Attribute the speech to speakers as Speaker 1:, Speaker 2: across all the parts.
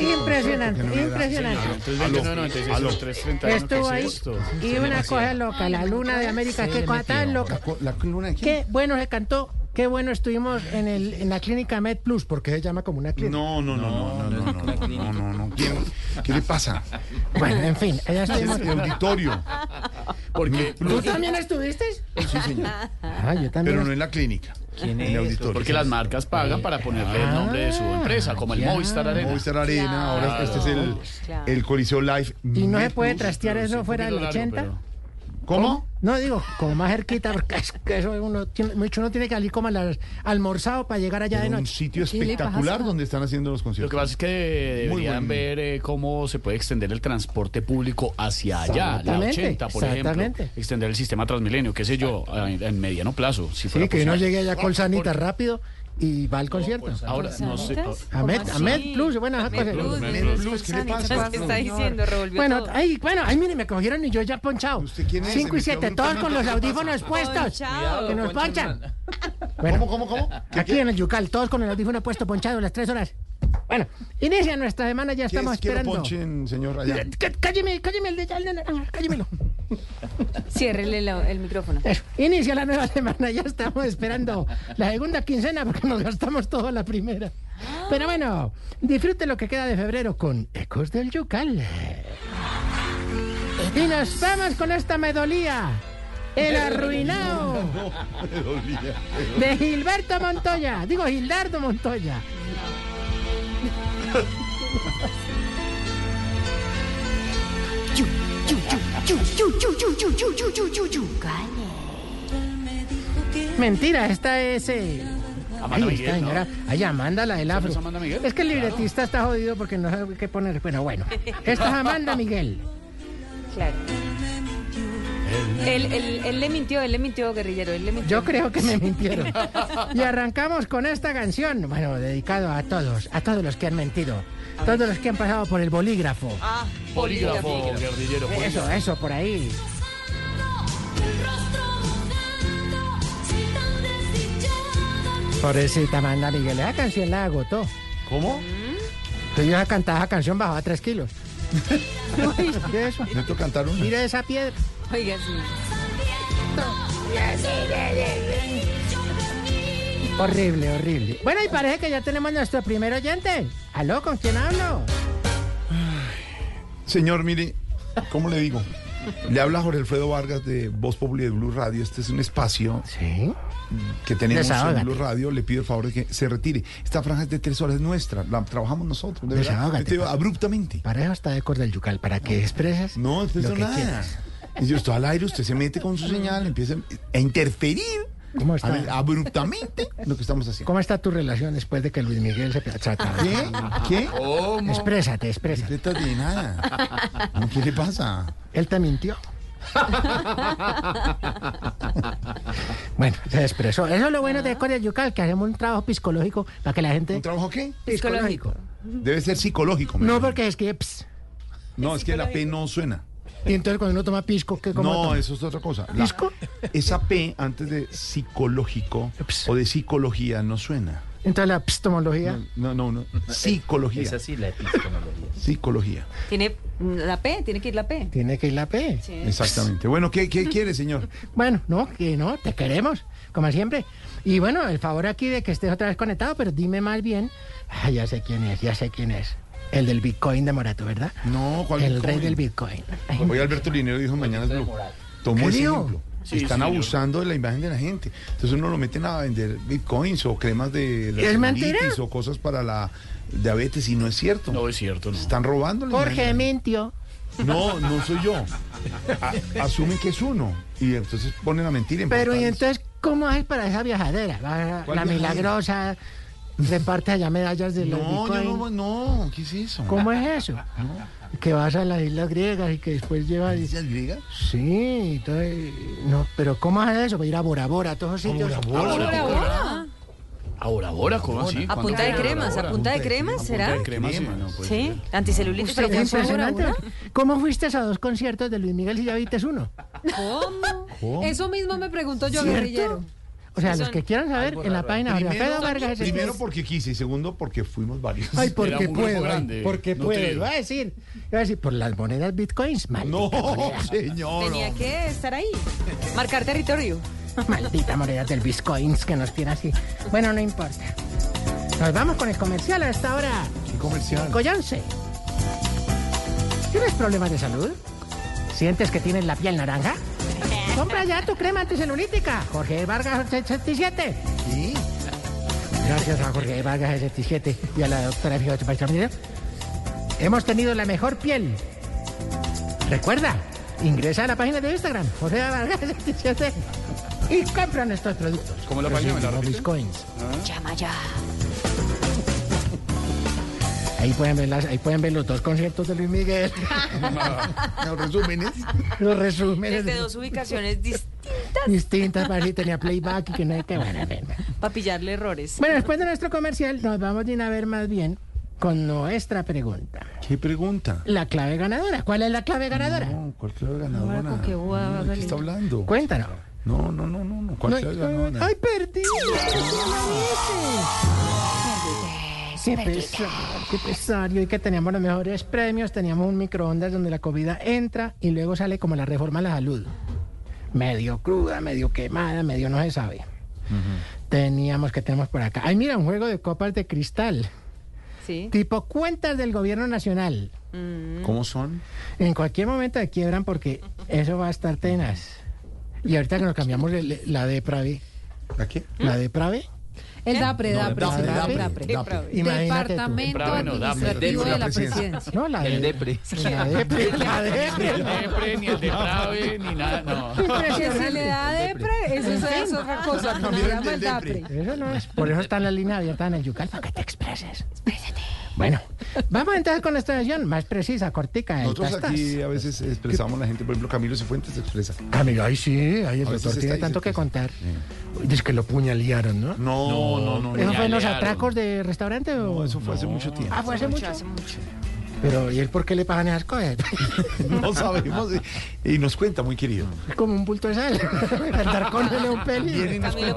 Speaker 1: Impresionante, impresionante.
Speaker 2: Entonces, 2996
Speaker 3: aló.
Speaker 2: 331,
Speaker 1: Estuvo
Speaker 2: ¿qué
Speaker 1: ahí
Speaker 2: es esto?
Speaker 1: y una cosa loca, la luna de América, qué cosa tan loca.
Speaker 3: Co- ¿La luna de quién?
Speaker 1: Qué bueno se cantó, qué bueno estuvimos en, el, en la clínica Med Plus, porque se llama como una clínica.
Speaker 3: No, no, no, no, no, no, no, no, no, no, no. ¿Quién- ¿Qué le pasa?
Speaker 1: Bueno, en fin, allá
Speaker 3: Es
Speaker 1: estuvimos.
Speaker 3: el auditorio.
Speaker 2: Porque,
Speaker 1: ¿Tú también estuviste?
Speaker 3: Sí, señor.
Speaker 1: Ah, yo también.
Speaker 3: Pero no en la clínica. En el auditorio.
Speaker 2: porque las marcas pagan para ponerle el nombre de su empresa, como el Movistar Arena.
Speaker 3: Movistar Arena, ahora este es el,
Speaker 4: claro.
Speaker 3: el Coliseo Live.
Speaker 1: ¿Y no se
Speaker 3: Med
Speaker 1: puede
Speaker 3: Plus.
Speaker 1: trastear eso fuera del
Speaker 2: Poquito largo,
Speaker 1: 80?
Speaker 2: pero-
Speaker 3: ¿Cómo?
Speaker 1: No, digo, como más cerquita, porque es que eso uno tiene, mucho uno tiene que salir como a las- almorzado para llegar allá de
Speaker 3: En un
Speaker 1: noche.
Speaker 3: sitio espectacular donde están haciendo los
Speaker 2: Lo que
Speaker 3: conciertos.
Speaker 2: pasa es que deberían
Speaker 3: buen-
Speaker 2: ver eh, cómo se puede extender el transporte público hacia allá, la
Speaker 1: Exactamente,
Speaker 2: 80, por ejemplo.
Speaker 1: exactamente.
Speaker 2: Extender el sistema Transmilenio, qué sé yo, a- en mediano plazo. Si
Speaker 1: Sí,
Speaker 2: fuera
Speaker 1: que uno
Speaker 2: posible.
Speaker 1: llegue allá con sanita rápido y va al concierto.
Speaker 3: pues,
Speaker 2: Ahora, no sé.
Speaker 1: A Med, a Med Plus, bueno, esas cosas.
Speaker 3: Plus, ¿qué le pasa?
Speaker 1: Bueno, eh, ahí, bueno, ay, mire, me cogieron y yo ya ponchado.
Speaker 3: ¿Usted quién es?
Speaker 1: 5 y
Speaker 3: ¿En qué
Speaker 1: 7,
Speaker 3: grupo
Speaker 1: todos
Speaker 3: no
Speaker 1: con
Speaker 3: te
Speaker 1: los
Speaker 3: pasa?
Speaker 1: audífonos puestos. Que nos ponchan.
Speaker 3: ¿Cómo, cómo, cómo? ¿Qué-
Speaker 1: Aquí
Speaker 3: qué-
Speaker 1: en el Yucal, todos con el audífono puesto ponchado las 3 horas. Bueno, inicia nuestra semana, ya
Speaker 3: qué
Speaker 1: estamos
Speaker 3: es que lo
Speaker 1: esperando.
Speaker 3: ponchen, señor? Allá.
Speaker 1: Cá- Cálleme, cálleme el de ya, el de- ah, cállemelo.
Speaker 4: Ciérrele la- el micrófono.
Speaker 1: Eso, Inicia la nueva semana, ya estamos esperando la segunda quincena porque nos gastamos toda la primera. Pero bueno, disfrute lo que queda de febrero con Ecos del Yucal. Y nos vamos con esta medolía. El arruinado
Speaker 3: Me dolía.
Speaker 1: de Gilberto Montoya. Digo, Gildardo Montoya. Mentira, esta es... eh,
Speaker 2: ah, Amanda
Speaker 1: Ahí
Speaker 2: Miguel,
Speaker 1: está,
Speaker 2: ¿no?
Speaker 1: señora. Ahí Amanda, la del afro.
Speaker 2: es Amanda Miguel?
Speaker 1: Es que el libretista está jodido porque no sabe qué poner. Bueno, bueno. Esta es Amanda Miguel.
Speaker 4: Claro. Él, él- él le mintió, él le mintió, guerrillero, él le mintió.
Speaker 1: Yo creo que me mintieron. Y arrancamos con esta canción. Bueno, dedicado a todos, a todos los que han mentido. Todos los que han pasado por el bolígrafo.
Speaker 2: Polígrafo, guerrillero.
Speaker 1: Eso, eso, por ahí. Pobrecita Amanda Miguel, esa canción la agotó.
Speaker 3: ¿Cómo?
Speaker 1: Yo iba a cantar esa canción, bajaba tres kilos. ¿Qué es eso?
Speaker 3: ¿Neto cantaron?
Speaker 1: Mira esa piedra.
Speaker 4: Oiga, sí.
Speaker 1: Horrible, horrible. Bueno, y parece que ya tenemos nuestro primer oyente. ¿Aló? ¿Con quién hablo?
Speaker 3: Señor, mire, ¿cómo le digo? Le habla Jorge Alfredo Vargas de Voz Populi de Blue Radio. Este es un espacio
Speaker 1: Sí.
Speaker 3: que tenemos
Speaker 1: Desahógate.
Speaker 3: en Blue Radio. Le pido el favor de que se retire. Esta franja es de tres horas es nuestra. La trabajamos nosotros, de verdad.
Speaker 1: Desahógate,
Speaker 3: Este,
Speaker 1: papá.
Speaker 3: abruptamente.
Speaker 1: Parejo está de Cordel Yucal, para que expreses.
Speaker 3: No, usted
Speaker 1: lo
Speaker 3: no
Speaker 1: que
Speaker 3: nada.
Speaker 1: quieras.
Speaker 3: Y yo estoy al aire, usted se mete con su señal, empieza a interferir
Speaker 1: ¿Cómo
Speaker 3: a ver,
Speaker 1: está?
Speaker 3: abruptamente lo que estamos haciendo.
Speaker 1: ¿Cómo está tu relación después de que Luis Miguel se trata?
Speaker 3: ¿Qué? ¿Qué?
Speaker 1: Exprésate, exprésate.
Speaker 3: Completa de nada. No, ¿Qué le pasa?
Speaker 1: Él te mintió. bueno, se expresó. Eso es lo bueno de Cordel Yucal, que hacemos un trabajo psicológico para que la gente.
Speaker 3: ¿Un trabajo qué?
Speaker 1: Psicológico.
Speaker 3: Debe ser psicológico. me
Speaker 1: No,
Speaker 3: imagino.
Speaker 1: porque es que. ps,
Speaker 3: No, es que la P no suena.
Speaker 1: y entonces cuando uno toma pisco, ¿qué como
Speaker 3: No, eso es otra cosa. La-
Speaker 1: ¿Pisco?
Speaker 3: esa P antes de psicológico
Speaker 1: Ups.
Speaker 3: o de psicología no suena.
Speaker 1: Entonces la pstomología.
Speaker 3: No, no, no. Psicología. Es así la Psicología.
Speaker 4: Tiene la P, tiene que ir la P.
Speaker 1: Tiene que ir la P.
Speaker 3: Exactamente. Bueno, ¿qué, qué quiere, señor?
Speaker 1: Bueno, no, que no, te queremos, como siempre. Y bueno, el favor aquí de que estés otra vez conectado, pero dime más bien. Ah, ya sé quién es, ya sé quién es. El del Bitcoin de Morato, ¿verdad?
Speaker 3: No, ¿cuál
Speaker 1: El
Speaker 3: Bitcoin? Pues
Speaker 1: rey del Bitcoin. Ay,
Speaker 3: Hoy Alberto Linero dijo mañana es blue. Tomó
Speaker 1: ¿Qué
Speaker 3: ese
Speaker 1: dijo?
Speaker 3: ejemplo.
Speaker 2: Sí,
Speaker 3: Están
Speaker 2: señor.
Speaker 3: abusando de la imagen de la gente. Entonces uno lo meten a vender bitcoins o cremas de la
Speaker 1: ¿Es mentira?
Speaker 3: celulitis o cosas para la diabetes y no es cierto.
Speaker 2: No es cierto, no.
Speaker 3: Están robando la imagen de
Speaker 1: Jorge
Speaker 3: la gente.
Speaker 1: mintió.
Speaker 3: No, no soy yo. A- asumen que es uno. Y entonces ponen a mentir en
Speaker 1: Pero y
Speaker 3: portales.
Speaker 1: entonces, ¿cómo es para esa viajadera? La,
Speaker 3: ¿Cuál
Speaker 1: la
Speaker 3: viajadera?
Speaker 1: milagrosa, reparte allá medallas de los
Speaker 3: No, yo
Speaker 1: Bitcoin.
Speaker 3: no, no, ¿qué es eso?
Speaker 1: ¿Cómo es eso? Que vas a las islas griegas y que después llevas...
Speaker 3: ¿Islas griegas?
Speaker 4: Ah,
Speaker 1: Sí, entonces... No, pero ¿cómo es eso? Para ir a Bora Bora, a todos esos sitios.
Speaker 4: Ahora, ahora.
Speaker 2: Ahora, ahora, ¿cómo así?
Speaker 4: A punta de cremas, a punta de cremas, ¿será?
Speaker 2: de crema, sí. no, pues,
Speaker 4: Sí, anticelulitis, pero
Speaker 1: Usted
Speaker 4: con
Speaker 1: es
Speaker 4: sabor
Speaker 1: impresionante. ¿Cómo fuiste a dos conciertos de Luis Miguel si ya viste uno?
Speaker 4: ¿Cómo? Eso mismo me preguntó yo,
Speaker 1: ¿Cierto?
Speaker 4: guerrillero.
Speaker 1: O sea, los que quieran saber, en la página de Alfredo Vargas... es-
Speaker 3: primero porque quise y segundo porque fuimos varios.
Speaker 1: Ay,
Speaker 2: Era
Speaker 1: porque
Speaker 2: un grupo
Speaker 1: puedo, ay,
Speaker 2: grande,
Speaker 1: porque puedo.
Speaker 2: nutrido.
Speaker 1: Iba a decir, iba a decir, por las monedas bitcoins, maldita
Speaker 3: no,
Speaker 1: moneda,
Speaker 3: señor.
Speaker 4: Tenía
Speaker 3: hombre.
Speaker 4: que estar ahí, marcar territorio.
Speaker 1: maldita moneda del bitcoins que nos tiene así. Bueno, no importa. Nos vamos con el comercial a esta hora.
Speaker 3: ¿Qué comercial?
Speaker 1: Collance. ¿Tienes problemas de salud? ¿Sientes que tienes la piel naranja? Compra ya tu crema anticelulítica. Jorge Vargas 77.
Speaker 3: Sí.
Speaker 1: Gracias a Jorge Vargas 77 y a la doctora Fija Hemos tenido la mejor piel. Recuerda, ingresa a la página de Instagram, Jorge Vargas 77, y compra nuestros productos.
Speaker 2: ¿Cómo la página? ¿Me la
Speaker 1: Los
Speaker 2: repite? Ah.
Speaker 1: bitcoins.
Speaker 5: Llama ya.
Speaker 1: Ahí pueden, ver las- ahí pueden ver los dos conciertos de Luis Miguel,
Speaker 3: Los resúmenes.
Speaker 1: los resúmenes.
Speaker 4: Desde dos ubicaciones dis-
Speaker 1: distintas para si tenía playback y que no hay que bueno, en fin.
Speaker 4: para pillarle errores.
Speaker 1: Bueno, después de nuestro comercial nos vamos de una vez más bien con nuestra pregunta.
Speaker 3: ¿Qué pregunta?
Speaker 1: La clave ganadora. ¿Cuál es la clave ganadora?
Speaker 3: No, ¿cuál clave ganadora?
Speaker 4: Ahora con qué boba,
Speaker 3: No, ¿De qué
Speaker 4: Gabriel.
Speaker 3: está hablando?
Speaker 1: Cuéntanos.
Speaker 3: No, no, no, no, no. ¿Cuál clave ganadora?
Speaker 1: ¡Ay, perdí! ¡Qué pesar! ¡Qué pesar! Y hoy que teníamos los mejores premios, teníamos un microondas donde la comida entra y luego sale como la reforma a la salud. Medio cruda, medio quemada, medio no se sabe. Teníamos que tenemos por acá. Ay, mira, un juego de copas de cristal.
Speaker 4: Sí.
Speaker 1: Tipo cuentas del gobierno nacional.
Speaker 3: ¿Cómo son?
Speaker 1: En cualquier momento te quiebran porque eso va a estar tenaz. Y ahorita que nos cambiamos el- la de Pravi.
Speaker 3: ¿A qué?
Speaker 1: La de Prave.
Speaker 6: El DAPRE, DAPRE,
Speaker 3: Dapre,
Speaker 6: señor,
Speaker 3: Dapre,
Speaker 6: DAPRE.
Speaker 3: Dapre.
Speaker 4: Dapre.
Speaker 1: Imagínate tú.
Speaker 6: Departamento
Speaker 2: Dapre, no, Dapre.
Speaker 6: Administrativo
Speaker 3: Dapre,
Speaker 6: de la
Speaker 3: la presidencia.
Speaker 6: Presidencia.
Speaker 1: No, la de, La depre. La depre.
Speaker 2: Ni el depre, ni el de Brave, ni nada, no.
Speaker 6: Que si le da DEPRE, eso es- es otra cosa. No se llama el DAPRE.
Speaker 1: Eso no es. Por eso está la línea abierta en el Yucal para que te expreses. Bueno, vamos entonces con nuestra versión más precisa, cortica. el
Speaker 3: Nosotros
Speaker 1: tas-tas.
Speaker 3: aquí a veces expresamos la gente, por ejemplo, Camilo Cifuentes se expresa.
Speaker 1: Camilo, ahí sí, ahí el
Speaker 3: A veces
Speaker 1: doctor
Speaker 3: está
Speaker 1: tiene
Speaker 3: ahí
Speaker 1: tanto que
Speaker 3: cerquita.
Speaker 1: contar. Dice que lo puñalearon, ¿no?
Speaker 3: No, no, no.
Speaker 1: ¿Eso
Speaker 2: ya
Speaker 1: fue en los
Speaker 2: learon.
Speaker 1: atracos de restaurante o...?
Speaker 3: no, eso fue hace mucho tiempo.
Speaker 1: Ah, fue hace mucho. Pero, ¿y él por qué le pagan esas cosas?
Speaker 3: No sabemos. eh, Y nos cuenta, muy querido.
Speaker 1: Es como un bulto de sal. Andar con él es un peligro.
Speaker 4: Camilo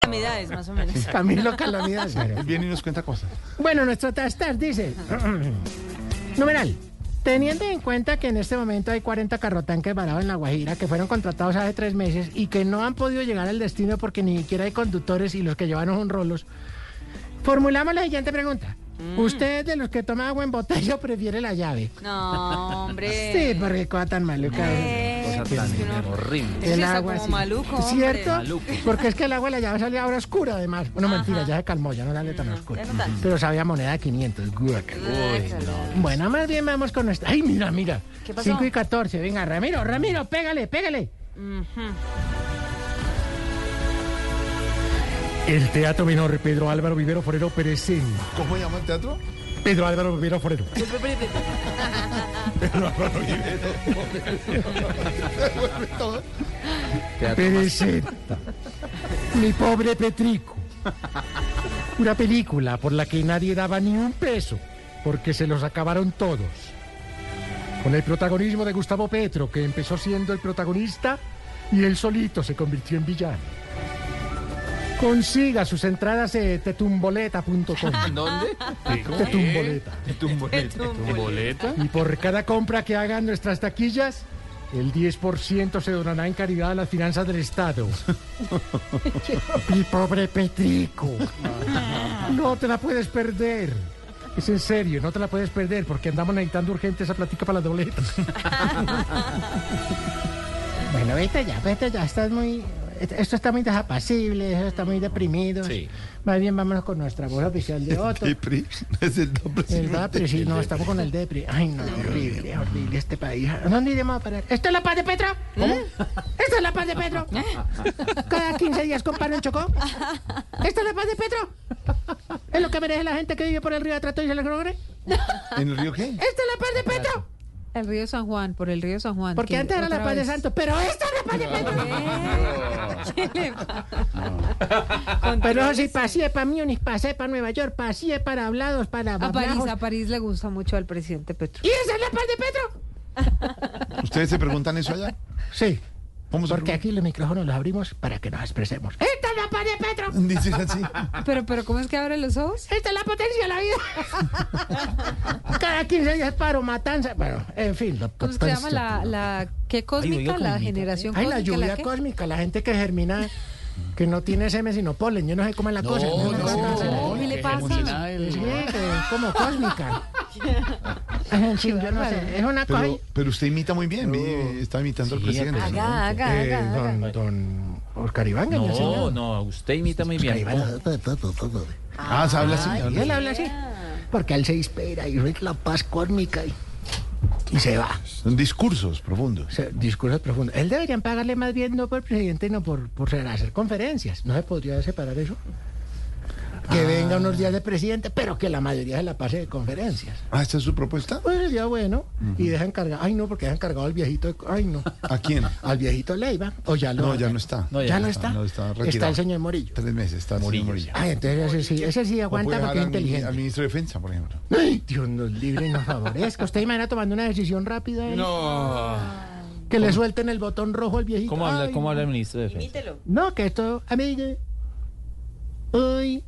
Speaker 4: calamidades, más o menos.
Speaker 1: Camilo Calamidad.
Speaker 3: Él viene y nos cuenta cosas.
Speaker 1: Bueno, nuestro tastar dice... Numeral. Teniendo en cuenta que en este momento hay 40 carrotanques varados en La Guajira que fueron contratados hace tres meses y que no han podido llegar al destino porque ni siquiera hay conductores y los que llevaron son rolos, formulamos la siguiente pregunta.
Speaker 4: Mm.
Speaker 1: ¿Usted de los que toma agua en botella o prefiere la llave?
Speaker 4: No, hombre.
Speaker 1: Sí, porque cosa tan maluca.
Speaker 4: Eh, es que uno-
Speaker 2: Horrible.
Speaker 4: Es que
Speaker 1: El
Speaker 4: está
Speaker 1: agua
Speaker 4: como
Speaker 1: sí.
Speaker 4: maluco, hombre.
Speaker 1: ¿Cierto? Porque es que el agua de la llave salía ahora oscura, además. Bueno, mentira, ya se calmó, ya no sale tan oscura.
Speaker 4: ya no tanto.
Speaker 1: Pero sabía moneda de 500. guaca.
Speaker 4: Guácala.
Speaker 1: Bueno, más bien vamos con nuestra... ¡Ay, mira, mira!
Speaker 4: ¿Qué pasó?
Speaker 1: 5 y 14, venga, Ramiro, Ramiro, pégale, pégale. El Teatro Menor Pedro Álvaro Vivero Forero presenta.
Speaker 3: ¿Cómo llama el teatro?
Speaker 1: Pedro Álvaro Vivero Forero. Presenta. Mi pobre Petrico. Una película por la que nadie daba ni un peso, porque se los acabaron todos. Con el protagonismo de Gustavo Petro, que empezó siendo el protagonista y él solito se convirtió en villano. Consiga sus entradas en tetumboleta.com.
Speaker 2: ¿Dónde?
Speaker 1: Tetumboleta.
Speaker 2: ¿Boleta?
Speaker 1: Y por cada compra que hagan nuestras taquillas, el 10% se donará en caridad a las finanzas del Estado. Mi pobre Petrico. No te la puedes perder. Es en serio, no te la puedes perder porque andamos necesitando urgente esa platica para las dobletas. bueno, vete ya, vete ya, estás muy... Esto está muy desapacible, esto está muy deprimido.
Speaker 2: Sí.
Speaker 1: Más bien vámonos con nuestra voz oficial de Otto.
Speaker 3: Depri, es el nombre.
Speaker 1: ¿Verdad? Pero sí, no, estamos con el depre. Ay, no, horrible, horrible este país. ¿A ¿Dónde iremos a parar? ¿Esto es la paz de Petro? ¿Cómo? ¿Esto es la paz de Petro? ¿Cada 15 días comparo en Chocó? ¿Esto es la paz de Petro? ¿Es lo que merece la gente que vive por el río de Trato y se le logre?
Speaker 3: ¿En el río qué?
Speaker 1: ¿Esto es la paz de Petro?
Speaker 6: El río San Juan, por el río San Juan.
Speaker 1: Porque
Speaker 6: que
Speaker 1: antes era la
Speaker 6: otra
Speaker 1: paz de
Speaker 6: vez.
Speaker 1: Santo, pero esta es la paz de Petro.
Speaker 6: ¿Qué le pasa?
Speaker 1: Pero eso sí, pasé para Múnich, pasé para Nueva York, pasé para Hablados, para
Speaker 6: A París,
Speaker 1: Bablajos.
Speaker 6: a París le gusta mucho al presidente Petro.
Speaker 1: ¿Y esa es la paz de Petro?
Speaker 3: ¿Ustedes se preguntan eso allá?
Speaker 1: Sí.
Speaker 3: ¿Cómo se
Speaker 1: Porque aquí los micrófonos los abrimos para que nos expresemos. ¡Esta es la paz de Petro!
Speaker 3: Dicen así.
Speaker 1: Ah.
Speaker 6: Pero, pero ¿cómo es que abre los ojos?
Speaker 1: ¡Esta es la potencia de la vida! Cada 15 días paro, matanza. Bueno, en fin. lo-
Speaker 6: ¿Cómo se
Speaker 1: todo
Speaker 6: llama
Speaker 1: esto-
Speaker 6: la, la qué
Speaker 2: oiga,
Speaker 6: cósmica?
Speaker 2: con
Speaker 6: La
Speaker 2: Anita.
Speaker 6: generación
Speaker 1: Ay,
Speaker 6: cósmica.
Speaker 1: la lluvia
Speaker 6: qué?
Speaker 1: cósmica, la gente que germina, que no tiene semen sino polen. Yo no sé cómo es la cosa. yo no sé cómo es la-
Speaker 6: ¿qué le
Speaker 2: que
Speaker 6: pasa?
Speaker 2: germina el-
Speaker 1: Sí, que es como cósmica. En fin, yo no sé. Es una cosa.
Speaker 3: Pero, pero usted imita muy bien, vi- está imitando al presidente.
Speaker 4: Haga, haga,
Speaker 1: Eh,
Speaker 4: haga. haga.
Speaker 1: don, don Oscar Iván, el
Speaker 7: No,
Speaker 1: señor.
Speaker 7: no, usted imita muy bien.
Speaker 3: Ah, se habla así.
Speaker 1: Y él habla así. Porque él se espera y es la paz cósmica y- y se va.
Speaker 3: Son discursos profundos.
Speaker 1: O sea, discursos profundos. Él deberían pagarle más bien no por presidente, no por, por hacer conferencias. ¿No se podría separar eso?
Speaker 3: Ah.
Speaker 1: Que venga unos días de presidente, pero que la mayoría se la pase de conferencias.
Speaker 3: Ah, ¿esta es su propuesta?
Speaker 1: Pues sería bueno. Y dejan cargado. Ay, no, porque dejan cargado al viejito. de- Ay, no.
Speaker 3: ¿A quién?
Speaker 1: Al viejito Leiva. O ya lo.
Speaker 3: No, ya no está.
Speaker 7: No,
Speaker 1: ya, no está.
Speaker 3: No, está retirado.
Speaker 1: el señor Morillo.
Speaker 3: Tres meses está el señor Murillo.
Speaker 1: Ay, entonces ese sí, ese sí
Speaker 3: O puede
Speaker 1: aguanta
Speaker 3: dejar
Speaker 1: porque
Speaker 3: al mini-
Speaker 1: es
Speaker 3: Al
Speaker 1: inteligente.
Speaker 3: ministro de Defensa, por ejemplo.
Speaker 1: Ay, Dios nos libre y nos favorezca. Usted imagina tomando una decisión rápida. ahí. Que le suelten el botón rojo al viejito.
Speaker 7: ¿Cómo habla,
Speaker 1: Ay,
Speaker 7: cómo habla el ministro de Defensa?
Speaker 1: No, que esto, amiga. Hoy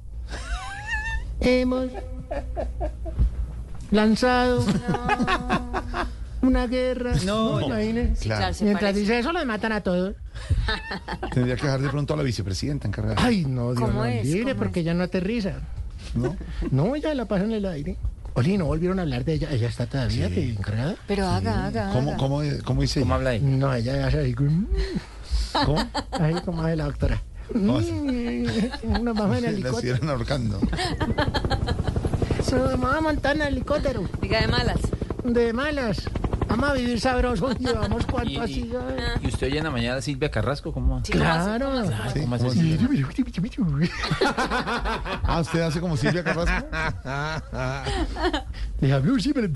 Speaker 1: hemos lanzado una guerra. No, imagínense.
Speaker 3: Claro.
Speaker 4: se
Speaker 1: Mientras
Speaker 4: parece.
Speaker 1: dice eso, los matan a todos.
Speaker 3: Tendría que dejar de pronto a la vicepresidenta encargada.
Speaker 1: Ay, no, Dios
Speaker 4: ¿Cómo
Speaker 1: no
Speaker 4: es?
Speaker 1: libre,
Speaker 4: ¿Cómo
Speaker 1: porque ya no aterriza.
Speaker 3: ¿no?
Speaker 1: No, ya la pasan en el aire. Oye, ¿no volvieron a hablar de ella? ¿Ella está todavía de encargada?
Speaker 4: Pero haga, haga.
Speaker 3: ¿Cómo,
Speaker 4: haga.
Speaker 3: cómo, cómo dice?
Speaker 7: ¿Cómo habla ahí?
Speaker 1: No, ella hace así. como-
Speaker 3: ¿Cómo?
Speaker 1: "Mm". Ahí como de la doctora.
Speaker 3: No, sí.
Speaker 1: Mm, Nos vamos en
Speaker 3: La
Speaker 1: helicóptero.
Speaker 3: estuvieran ahorcando.
Speaker 1: Nos vamos a montar en helicóptero.
Speaker 4: Diga de malas.
Speaker 1: De malas. Vamos a vivir sabroso. Llevamos
Speaker 7: Y,
Speaker 1: cuánto así.
Speaker 7: y-
Speaker 4: Ah,
Speaker 7: y usted oye en la mañana a Silvia Carrasco, ¿cómo?
Speaker 1: Claro.
Speaker 3: Sí,
Speaker 7: ¿Cómo
Speaker 3: ¿cómo
Speaker 7: hace
Speaker 3: así?
Speaker 7: Silvia?
Speaker 3: Ah, ¿usted hace como Silvia Carrasco? Ah,
Speaker 1: Le habló, sí, pero-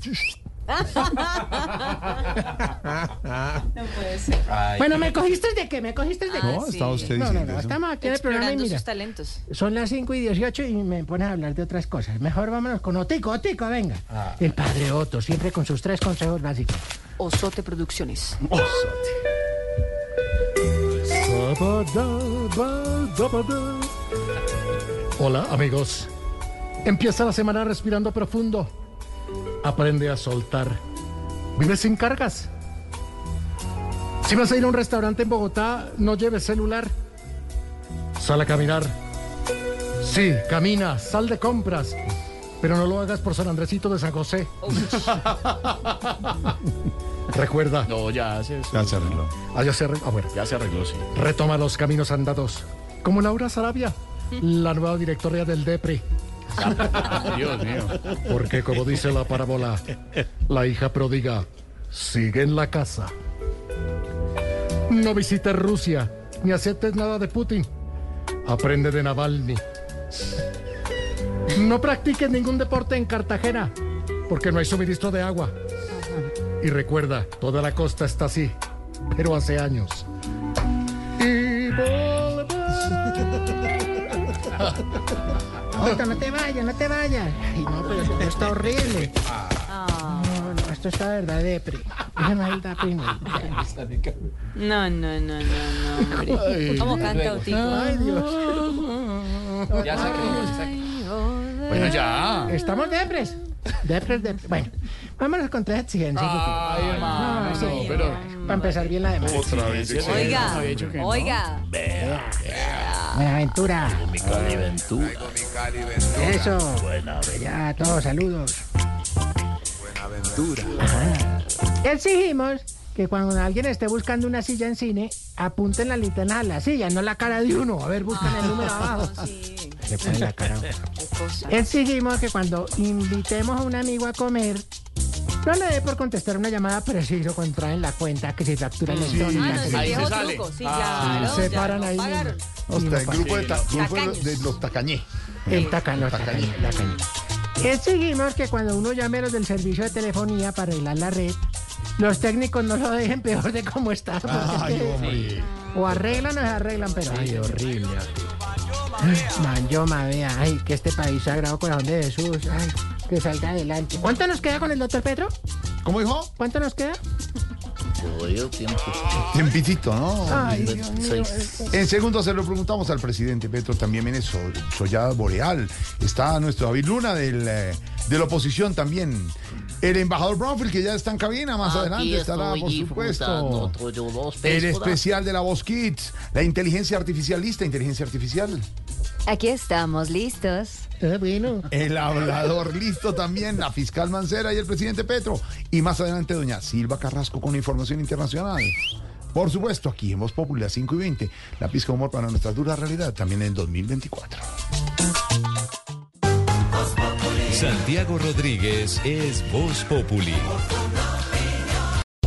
Speaker 7: Ay,
Speaker 1: Bueno, ¿me cogiste de qué? ¿Me cogiste de qué?
Speaker 3: No, estaba usted
Speaker 1: No, no,
Speaker 3: diciendo eso.
Speaker 1: no. Estamos aquí en el programa y
Speaker 4: Explorando
Speaker 1: mira.
Speaker 4: sus talentos.
Speaker 1: Son las 5 y 18 y me pones a hablar de otras cosas. Mejor vámonos con Otico, Otico, venga. El padre Otto, siempre con sus tres consejos básicos.
Speaker 4: Osote Producciones.
Speaker 1: Hola amigos, empieza la semana respirando profundo. Aprende a soltar. Vive sin cargas. Si vas a ir a un restaurante en Bogotá, no lleves celular. Sal a caminar. Sí, camina, sal de compras. Pero no lo hagas por San Andresito de San José. Recuerda,
Speaker 2: No, ya se,
Speaker 3: Ya se arregló.
Speaker 1: allá se arregla- ah, bueno.
Speaker 2: ya se arregló, sí.
Speaker 1: Retoma los caminos andados, como Laura Sarabia, la nueva directora del DEPRI.
Speaker 2: Dios mío.
Speaker 1: Porque como dice la parábola, la hija prodiga sigue en la casa. No visites Rusia, ni aceptes nada de Putin. Aprende de Navalny. No practiques ningún deporte en Cartagena, porque no hay suministro de agua. Y recuerda, toda la costa está así, pero hace años. Y Ahorita no te vayas, no te vayas. Ay, no, pero esto está horrible.
Speaker 6: Ah.
Speaker 1: No, no, esto está de verdad depre. Es más el depre, no.
Speaker 4: No, no, no, no, no, hombre. ¿Cómo canta Otico?
Speaker 1: Ay, Dios.
Speaker 7: ya saque, saque.
Speaker 2: Bueno, ya.
Speaker 1: Estamos depres. Depres, depres. Bueno, vámonos con tres exigencias.
Speaker 2: Ay, hermano,
Speaker 1: No,
Speaker 2: no,
Speaker 1: sí.
Speaker 2: pero...
Speaker 1: Para empezar bien la demás.
Speaker 3: Otra vez.
Speaker 4: Oiga,
Speaker 2: había dicho que no.
Speaker 4: oiga.
Speaker 1: Buenaventura.
Speaker 8: Mi Cali Ventura.
Speaker 1: Eso.
Speaker 8: Buenaventura.
Speaker 1: Pues Ya, todos saludos.
Speaker 8: Buenaventura.
Speaker 1: Exigimos que cuando alguien esté buscando una silla en cine, apunten la linterna a la silla, no la cara de uno. A ver, buscan el número
Speaker 4: Ah.
Speaker 1: abajo. Le ponen la cara. Exigimos que cuando invitemos a un amigo a comer, no le dé por contestar una llamada preciso cuando traen la cuenta que si factura electrónica. que si-
Speaker 4: ahí se
Speaker 1: Ah,
Speaker 4: sale. Sí, claro,
Speaker 1: se
Speaker 4: ya
Speaker 1: paran
Speaker 4: lo
Speaker 1: ahí.
Speaker 4: pagaron.
Speaker 1: mismo.
Speaker 3: Hasta el grupo de, ta-
Speaker 4: Sí,
Speaker 3: grupo de los-
Speaker 4: tacaños.
Speaker 3: de los tacañé.
Speaker 1: El tacano, tacañé, tacañé. Exigimos que cuando uno llame a los del servicio de telefonía para arreglar la red, los técnicos no lo dejen peor de como está. porque es
Speaker 3: Ay,
Speaker 1: que
Speaker 3: hombre.
Speaker 1: o arreglan o se arreglan, pero ay, horrible. Man, yo madre, ay, que este país sagrado corazón de Jesús, ay, que salga adelante. ¿Cuánto nos queda con el doctor Petro?
Speaker 3: ¿Cómo dijo?
Speaker 1: ¿Cuánto nos queda?
Speaker 8: Todavía tiempo.
Speaker 3: Tiempitito, ¿no?
Speaker 1: Ay, Dios mío.
Speaker 8: Seis.
Speaker 3: En segundo se lo preguntamos al presidente Petro, también viene so- Sollada Boreal, está nuestro David Luna del, eh, de la oposición también, el embajador Brownfield que ya está en cabina,
Speaker 1: Ah,
Speaker 3: más adelante estará por supuesto, el especial de la Voz Kids, la inteligencia artificialista, inteligencia artificial,
Speaker 9: Aquí estamos, listos.
Speaker 1: Eh, bueno.
Speaker 3: el hablador listo también, la fiscal Mancera y el presidente Petro, y más adelante doña Silva Carrasco con información internacional. Por supuesto, aquí en Voz Popular 5 y 20, la pizca de humor para nuestra dura realidad también en el 2024.
Speaker 10: Santiago Rodríguez es Voz Populi.